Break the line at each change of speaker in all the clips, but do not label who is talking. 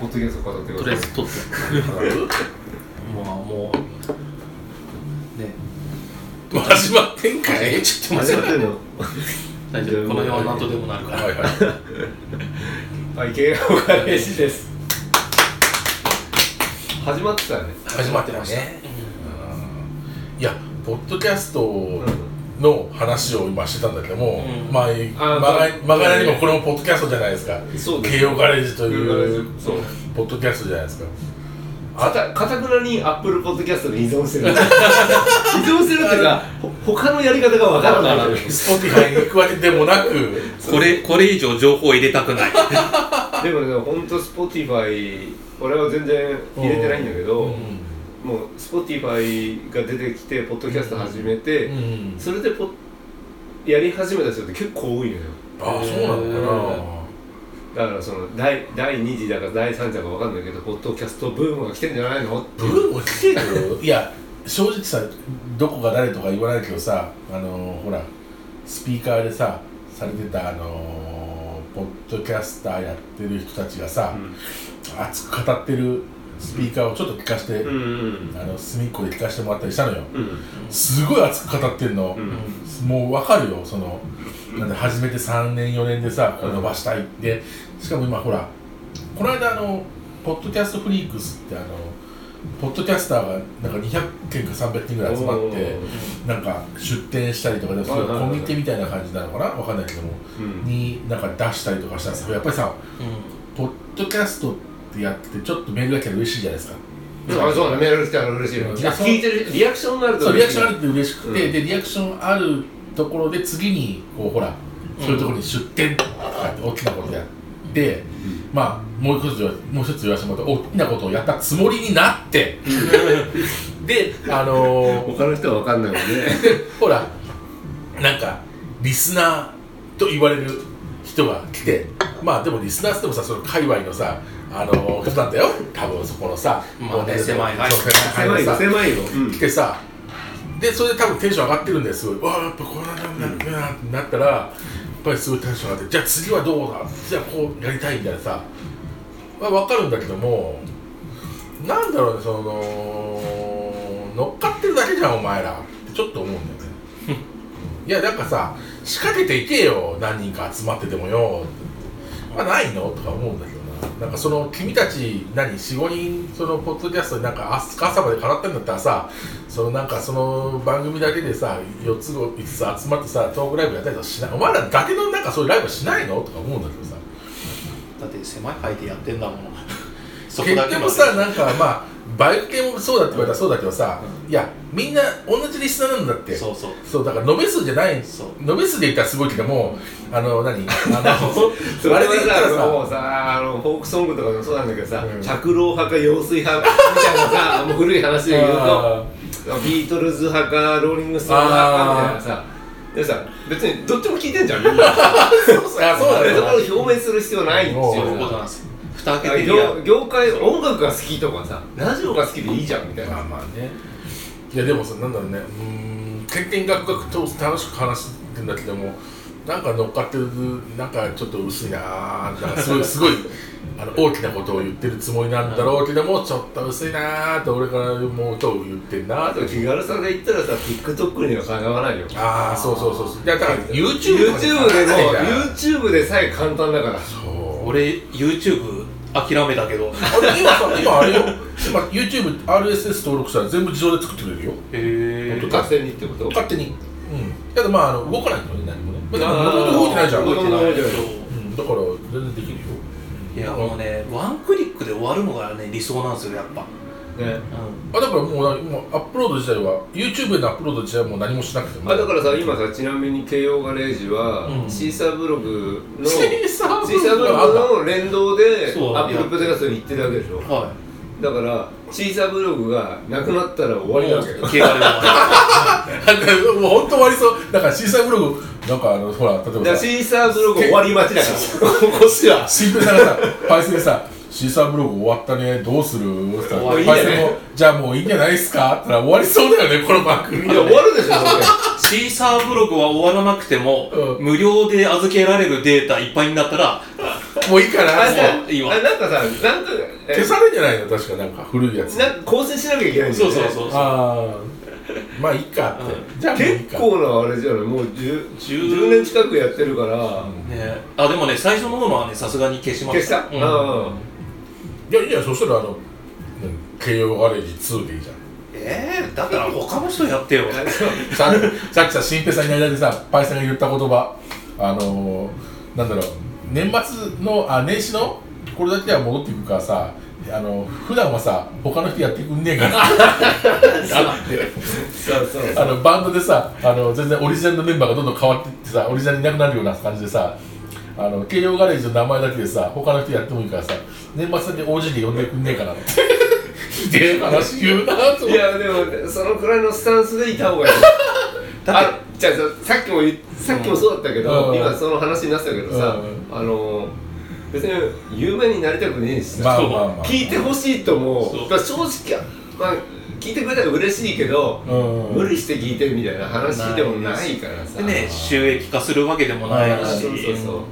ポッドキャスト語って
と
く
りあえ
だ
ず
さ
撮ってまあもうね
もう始まってんかい
えちょっ
い
と待
始
っ
まっててんの
大丈夫この辺は何とでもなるから
はいはい
はい、慶応がレジです始まってたよね
始まってましたねうんいやポッドキャスト
う
の話を今してたんだけども、
うん
まあ
あ
まがいまがらにもこれもポッドキャストじゃないですか
んそう
慶応ガレージという
そう
ポッドキャストじゃないですか
かたかたくなにアップルポッドキャストに依存してる依存してるっていうかほ他のやり方がわからない
スポティファイに行くわけでもなく
これこれ以上情報入れたくない
でもね、ほんと Spotify 俺は全然入れてないんだけど、もう Spotify が出てきてポッドキャスト始めて、
うん
それでポッやり始めた人って結構多いのよ
ああそうなのか
だからその第第2次だか第3次だかわかんないけどポッドキャストブームが来てんじゃないの
なブーム来てるいや正直さどこが誰とか言わないけどさあのーほらスピーカーでさされてたあのーポッドキャスターやってる人たちがさ、熱く語ってるスピーカーをちょっと聞かせて、
うんうん
あの隅っこで聞かせてもらったりしたのよ
うん
すごい熱く語ってるの、
うん
もう分かるよそのなんで初めて3年4年でさこれ伸ばしたいってしかも今ほらこの間あのポッドキャストフリークスってあのポッドキャスターがなんか200件か300件ぐらい集まっ
お
て
ー
なんか出店したりとかでそれ
はいはい
が
はい
コミュニティみたいな感じなのかな分かんないけども
うん
になんか出したりとかしたらさやっぱりさポッドキャストってやってちょっとメールが来たら嬉しいじゃないですか
あそうだメール来たら嬉しいよ
うん
聞いてるリアクションがあると
そうリアクションあ
る
るって嬉しくて、
うん
でリアクションあるところで次にこうほらそういうところに出店とかって大きなことやって、まあもう一つ言わもう一つ言わせてもらうと大きなことをやったつもりになってであのー
他の人はわかんないもんね
ほらなんかリスナーと言われる人が来てまあでもリスナーっつってもさその界隈のさあのー人なんだよ多分そこのさ、
まあね
もう
狭いはい
そう
狭いよ
さ
狭いようん
来てさでそれで多分テンション上がってるんですよわあやっぱこんなになるなってなったらやっぱりすごいテンション上がってじゃあ次はどうだじゃあこうやりたいみたいなさ、まあ、分かるんだけどもなんだろうねその乗っかってるだけじゃんお前らってちょっと思うんだよねいやなんかさ仕掛けていけよ何人か集まっててもよまあ、ないのとか思うんだけどななんかその君たち何45人そのポッドキャストになんか朝朝まで語ってんだったらさそのなんかその番組だけでさ4つ5つ集まってさトークライブやったりとかしないお前らだけのなんかそういうライブはしないのとか思うんだけどさ
だって狭い範囲でやってんだもん そこだ
結
けまで
局さなんかまあバイク系もそうだって言われたらそうだけどさ、いやみんな同じリスナーなんだって
そうそう
そうだから延べ数じゃない
そう
延べ数で言ったらすごいけどもあの何あ
そ
の
れ
あれ
で
で言ったら
さ
さ
もうさあのフォークソングとかでもそうなんだけどさ、
うん
着老派か用水派みたいなさもう古い話で言うと
あー
ビートルズ派かローリングストーン派かみたいなさでさ別にどっちも聞いてんじゃんみんな
そうそうあそうだ
それ
ね
ところ表明する必要ないんです
そう
そういう
よ
ことなんですよ蓋開けてみや
業業界音楽が好きとかさラジオが好きでいいじゃんみたいな、
まあまあねいやでもさなんだろうねうーん点々ガクガクと楽しく話してんだけどもなんか乗っかってるなんかちょっと薄いなーなんかすごいすごいあの大きなことを言ってるつもりなんだろうけどもちょっと薄いなーって俺から思うと言ってんなー
あ
って
と気軽さで言ったらさ TikTok にはかなわないよ
ああそうそうそうそういやだから YouTube と
YouTube
か
でも
じゃん
YouTube でさえ簡単だから
そう
俺 YouTube 諦めたけど
あれ今さ今あれよ今 YouTubeRSS 登録したら全部自動で作ってくれるよ
へえ
本当
勝手にってこと
勝手にうんただまああの動かないのね何もねまあ
あー
でも元々動いてないじゃん
動いてない
うん、だから全然できるよ
いやもうねワンクリックで終わるのがね理想なんですよやっぱ
ね
あだからもうなもうアップロード自体は YouTube へのアップロード自体はもう何もしなくても
あだからさ今さちなみに慶応ガレージは、
うん
シーサーブログ の
シーサーブログ
シーサーブログの連動で
そう
アップルプレガスに行ってるわけでしょ
は
だからシーサーブログがなくなったら終
い
わりだわけ
もう消えられな
もう本当終わりそうだから小さいブログなんかあのほら例
だ
え
か
ば
ら
さ
シーサーブログ終わり待ちだから こっちは
新平さんがさパイセンでさ「シーサーブログ終わったねどうする?」って言
もう
った
いいね
らパイセンも「じゃあもういいんじゃないですか?」って言ったら終わりそうだよねこの番組
いや終わるでしょそれ
いシーサーブログは終わらなくても、
うん
無料で預けられるデータいっぱいになったら
もういいか
あ
な
じ
もう
ゃあ
いいわ
あなんかさなんかえ
消されんじゃないの確かなんか古いやつ
なんか構成しなきゃいけないんだ
そ
よ
う
ね
そうそうそう
ああまあいいかって、じゃあもういい
結
か
構なあれじゃないもう 10, 10年近くやってるから
ねあでもね最初のものはねさすがに消しま
消
し
した
た
うん
うん
いやいやそしたらあの何慶応ガレージ2でいいじゃん
えー、だったら他の人やってよ
ささっきさ新平さんに間でさパイさんが言った言葉あのー、なんだろう年末のあ年始のこれだけは戻っていくからさあの普段はさ他の人やってくんねえかな
そうそう
あのバンドでさあの全然オリジナルのメンバーがどんどん変わってってさオリジナルいなくなるような感じでさあの慶応ガレージの名前だけでさ他の人やってもいいからさ年末に OG で呼んでくんねえかなって ひでえ話言うなと思っ
い
て
やでもそのくらいのスタンスでいた方が いいあじゃあささっきも言っさっきもそうだったけど、
うん
今その話になってたけどさ、
う
あの別に有名になりたくねえしさ、
まあまあまあ
聞いてほしいとも
そう
まあ正直、まあ、聞いてくれたら嬉しいけど、
うん
無理して聞いてるみたいな話でもないからさ
でね収益化するわけでもない
あ
し
そうそうそ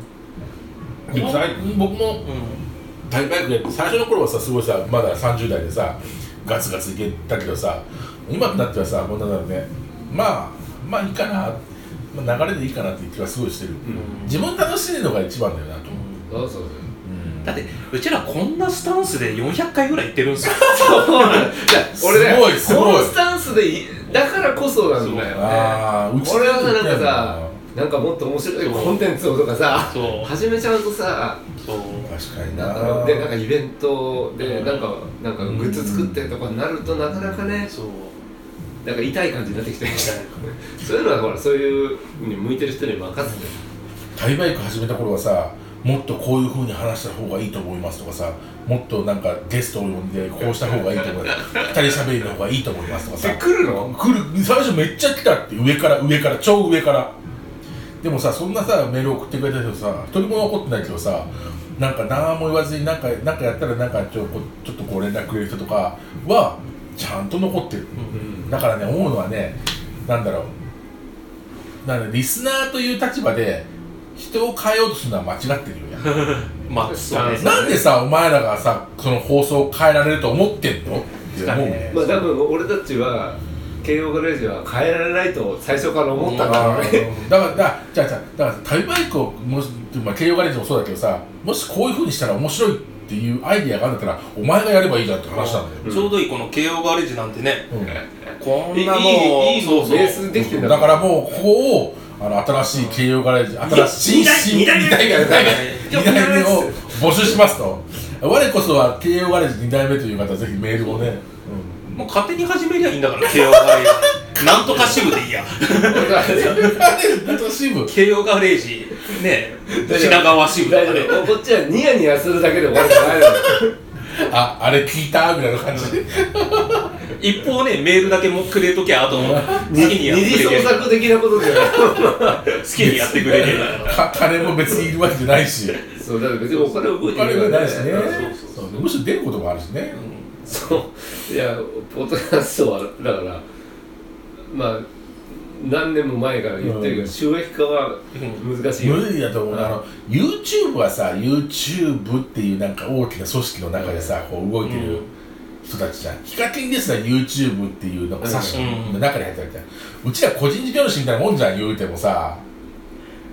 う、
でも最近僕
う
も
ん
大学で最初の頃はさすごいさまだ30代でさガツガツいけたけどさ今になってはさこんなのねまあまあいいかな、まあ、流れでいいかなっていう気はすごいしてる、
ん
自分楽しいのが一番だよなと思う、
そうそう
だってうちらこんなスタンスで400回ぐらい行ってるん ですよ
そうそうなんだ俺ね
すごいすごい
このスタンスでいだからこそなんだよね
ああうち
俺はなんかさなんかもっと面白いコンテンツをとかさ
そう
始めちゃうとさ
そう
確かに
な
な
でなんかイベントで
うん
なんかなんかグッズ作ってとかになるとなかなかね
そう
なんか痛い感じになってきたりしてそういうのはほらそういうふうに向いてる人に任せて
タイバイク始めた頃はさもっとこういうふうに話した方がいいと思いますとかさもっとなんかゲストを呼んでこうした方がいいと思います2人喋りの方がいいと思いますとかさ
で来るの
来る最初めっちゃ来たって上から上から超上からでもさそんなさメール送ってくれた人さ一人も怒ってないけどさなんか何も言わずになんかなんかやったらなんかちょこちょっとこう連絡くれる人とかはちゃんと残ってる、だからね思うのはねなんだろうなんだろうリスナーという立場で人を変えようとするのは間違ってるよね
まあそうね
スタン
なんでさお前らがさその放送を変えられると思ってんのって思うね
まあ多分俺たちは慶応ガレージは変えられないと最初から思ったからね
だからだからじゃあじゃあだから旅バイクをもし、まあ、慶応ガレージもそうだけどさもしこういうふうにしたら面白いっていうアイディアがあるんだったらお前がやればいいじゃんって話なんだよ、
ちょうどいいこの慶応ガレージなんてね
うん
こん
いい
なもう
いい
そう
も
そう
うベースできてんだ
だからもうここをあの新しい慶応ガレージ新しい
二代
新
二代目
二代目
二
二
代目
代目を募集しますと我こそは慶応ガレージ2代目という方ぜひメールをね、
もう勝手に始めりゃいいんだから慶応ガレージなんとか支部でいいや
うん、ガレージ新しい部
慶応ガレージね
大丈夫
品川支部と
大
か
丈
ね
夫こっちはニヤニヤするだけで終わりじゃないのよ
ああれ聞いたぐらいの感じ
一方ねメールだけもくれときゃあと好き
二
にやって
次
く
創
れりゃ
作的なこと じゃない
好きにやってくれりゃいいんだから
か金も別にいるわけじゃないし
そうだから別にお金を動い
お
て
金
るか
が
ら
ないしね
そう
そうむしろ出ることもあるしね、
そういやポッドキャストはだからまあ何年も前から言ってるけど、
うん
収益化は難しいよ、
無理だと思うなあの YouTube はさ YouTube っていうなんか大きな組織の中でさこう動いてる人たちじゃん、ヒカキンですら YouTube っていうなんか組織の中に入ってるじゃん、うちら個人事業主みたいなもんじゃん言うてもさ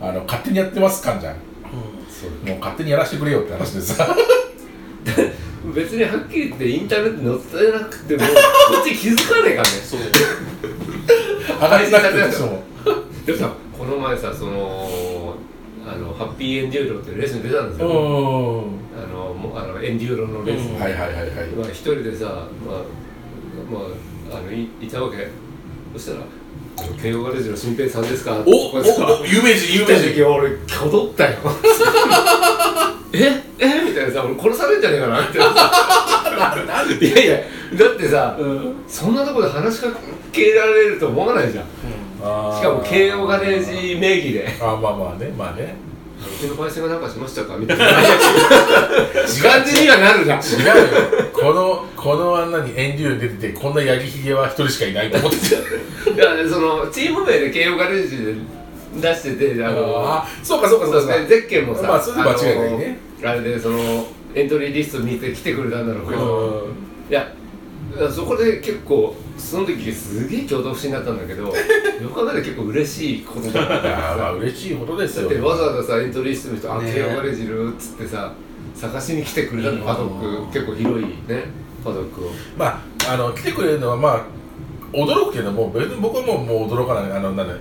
あの勝手にやってますかんじゃんもう勝手にやらせてくれよって話でさ
別にはっきり言ってインターネットに載せなくて もこっち気づかねえからね
そう
上がりなくて私も
でもさこの前さそのあのハッピーエンデューロっていうレースに出たんです
う
よ、
ん
あのもうあのエンデューロのレースに、
うん
はいはいはいはい
まあ、一人でさ、まあまあ、あのいいたわけそしたら「慶応ガレージの新平さんですか?」
お
これさ
おお有名人有
見
名
た
人
時俺踊ったよええみたいなさ俺殺されんじゃねえかなって いやいやだってさ、そんなとこで話しかけられると思わないじゃんし
し
かも慶応ガレージ名義で
あまあまあねまあね
「うちのパイセンが何かしましたか?」みたいな感じにはなるじゃん
違うよこのこのあんなに遠慮に出ててこんなヤギひげは一人しかいないと思ってた
いやそのチーム名で慶応ガレージで出しててあの
あーそうかそうかそうか
ねゼッケンもさ
まあそれで間違いないね
あのあれでそのエントリーリスト見て来てくれたんだろうけどいやそこで結構その時すげえ共同不審だったんだけどよく考えたら結構嬉しいことだった
いやーま
だ
あ嬉しいことです
っ
よ
てわざわざさエントリーリストの人「あ
ね
慶応ガレージる」っつってさ探しに来てくれたのパドック結構広いねパドックを
まああの来てくれるのはまあ驚くけども別に僕はもうもう驚かないあのなんだ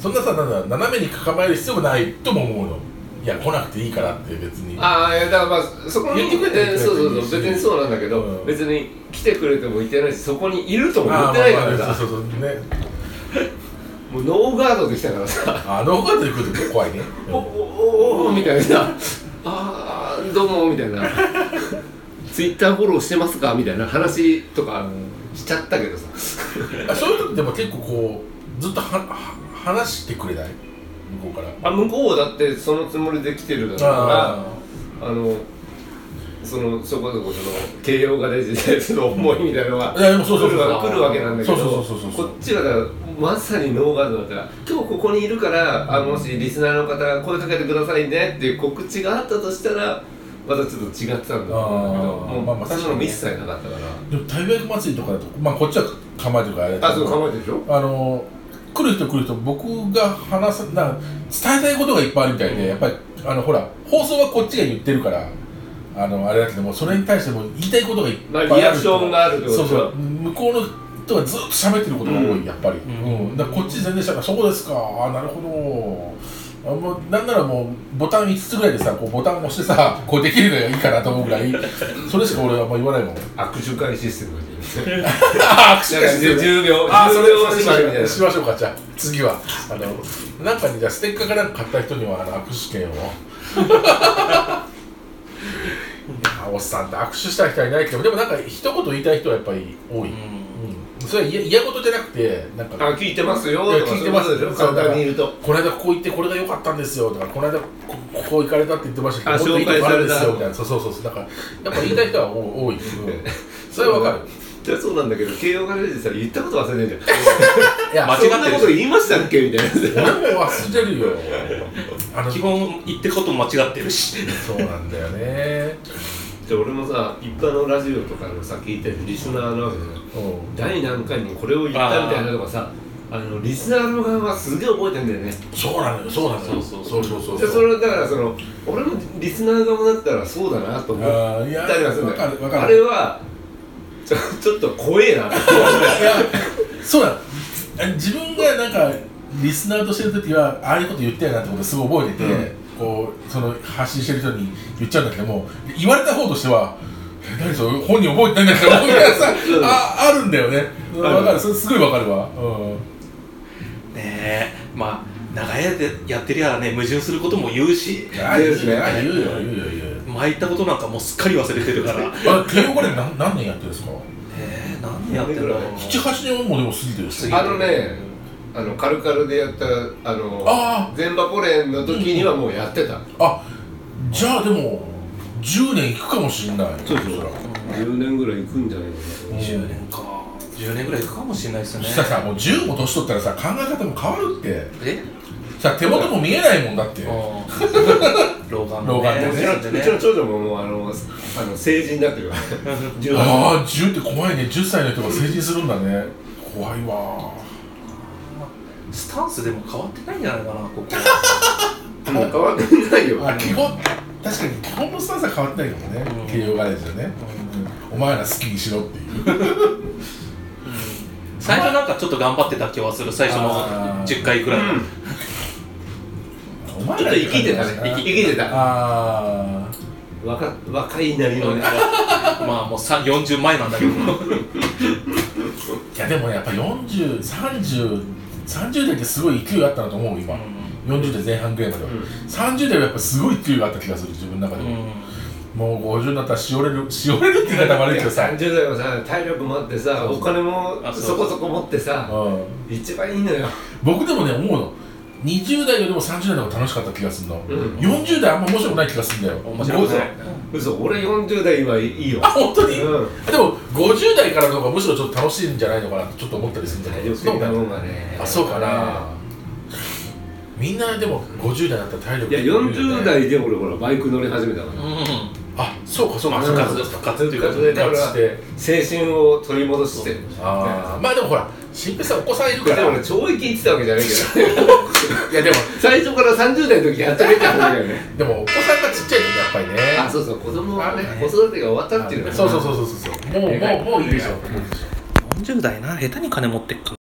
そんなさなんだ斜めに構える必要もないとも思うのいや来なくていいからって別に
ああいやだからまあそこに
言ってくれたら
えーそうそうそう別にそうなんだけど、
うん
別に来てくれてもいてないしそこにいるとも言ってないから
まあま
さ
あそうそうそうね
もうノーガードで来たから さ
あノーガードで来る と怖いね
「おおおお」みたいなさ「ああどうも」みたい な「ツイッターフォローしてますか?」みたいな話とかしちゃったけどさ
あそういう時でも結構こうずっとはは話してくれない向こうから
あ向こうだってそのつもりで来てるだろうから
あ
あのそのそこそこその慶応がレジでその思いみたいなのが
いやでもそうそうそう
来るわ来るわけなんだけど
そうそうそうそうそう
こっちはだからまさにノーガードだったら今日ここにいるからあもしリスナーの方が声かけてくださいねっていう告知があったとしたらまたちょっと違ってたんだと思うんだけど
あー
もう、
まあまあ
そんな
確か
の
にね
一切なかったから
でも大学祭りとかだとまあこっちは構えてるからあれだ
あ
けど
そう構えてるでしょ
あの来る人来る人僕が話すなんか伝えたいことがいっぱいあるみたいで、やっぱりあのほら放送はこっちが言ってるからあのあれだけどもそれに対しても言いたいことがいっぱいある
まあリアクションがあるってこと
そう
でしょ
そう向こうの人がずっと喋ってることが多い、
うん
やっぱり、うんだからこっち全然しゃべそうですかあなるほどあもうなんならもうボタン5つぐらいでさこうボタン押してさこうできるのがいいかなと思うぐらいそれしか俺はあんま言わないもん
握手会システムみたいな
あ握手会してる
10秒
あ
10
それ
秒
をし
縛
まし
り
ょ
みたいうな
しましょうかじゃあ次はあのなんかにじゃあステッカーかなんか買った人にはあの握手券をいやおっさんって握手したい人はいないけどでもなんか一言言いたい人はやっぱり多い、うんそれは嫌嫌事じゃなくてなんか
あ聞いてますよ
いや
とか
聞いてます
そういうことでしょ簡単にいると
この間ここ行ってこれが良かったんですよとかこの間こここ行かれたって言ってましたけど
あ
もっといいとこあるんです
紹介され
よ
た
みたいなそうそうそうそうだからやっぱ言いたい人は多多い、うんそれ はわかる
じゃあそうなんだけど慶応ガレージでさ言ったこと忘れてん じゃん
いや
間
そん
違って
な
る
こと言いましたっけみたいな
俺も忘れるよ あの
基本言ってることも間違ってるし
そうなんだよね。
じゃあ俺もさ一般のラジオとかのさ聞いてるリスナーなわけじゃない
う
第
ん。
何回にこれを言ったみたいなとかさあのリスナーの側はすげえ覚えてんだよね
そうなのよ、そうなのよ。
そう
そ
そう
そうそう
でそれはだからその俺もリスナー側だったらそうだなと思っ
あーいや
たりはするん
わ
だ
か
よ
るわか
あれ
る。
はちょちょっと怖えな
いや、そうなの。自分がなんかリスナーとしてる時はああいうこと言ったよなってことすごい覚えてて、こうその発信してる人に言っちゃうんだけども、言われた方としては。え何それ本人覚えてないんだけど、みたいなさ
うん
あ、あるんだよね。
ん
わかる、それすごいわかるわ。うん。
ねえまあ長い間やってりゃね矛盾することも言うし
あ
ですね
あ言うよ、言うよ、言うよ。
巻いたことなんかもうすっかり忘れてるからね
あ、慶応これ、何、何年やってるんですか。
え何やってんだろう
七八年はもうでも過ぎてるっす
過ぎてる
あのねあのカルカルでやったあの
あ
全バポレンの時にはもうやってた、
あじゃあでも10年いくかもしんない
そうそう
ら
10年ぐらい行くんじゃないかな
10年か10年ぐらいいくかもしれないです
そ
ね
したらさもう15年取ったらさ考え方も変わるって
え
さ手元も見えないもんだって
あー老眼
老眼
う
ね
ち
ね
のうちの
ね
長女ももうあのあの成人だってるから18
ああ10って怖いね10歳の人が成人するんだね怖いわ
スタンスでも変わってないんじゃないかなここ
変わってないよ
あ基本確かに基本のスタンスは変わってないかも
うん
ね慶応ガレージでねお前ら好きにしろっていう
最初なんかちょっと頑張ってた気はする最初
あー
の10回ぐらいは、
お前
ちょっ
ら
と生きてたね生き生きてた
ああ
若若いなりのね
まあもうさ40前なんだけど
いやでもねやっぱ4030代ってすごい勢いあったなと思う今、40代前半ぐらいまでは、
うん
30代はやっぱすごい勢いがあった気がする自分の中でも、もう50になったらしおれるしおれるって言い方悪いけどさ、
30代はさ体力もあってさ
そうそう
お金も
あそう
そこそこ持ってさ
うん、
一番いいのよ
僕でもね思うの20代よりも30代の方が楽しかった気がするの、
うん
40代あんま面白くない気がするんだよ
面白くない
50
嘘俺40代はいいよ
あ 本当に、
うん
でも50代からの方がむしろちょっと楽しいんじゃないのかなってちょっと思ったりするんだ
体
けど
力的な
そう
も
か
んがね
あそうかな、みんなでも50代だったら体力
いや40代で俺ほらバイク乗り始めたから
う
あそうかそうか
うん
そう
復
か
活
そうか
復活というか
復活でだか
復活
ら
して
精神を取り戻して
あーまあでもほら新平さんお子さんいる
だ
か
からら俺懲役行ってたわけじゃないけど
いやでも
最初から30代の時やってみた方がいいよね
でもお子さんがちっちゃい時やっぱりね
あそうそう子供はね
あ
子
ね
育てが終わったっていうのが
そうそうそうそうそうもうもうもういいでしょ
ん40代な下手に金持ってっから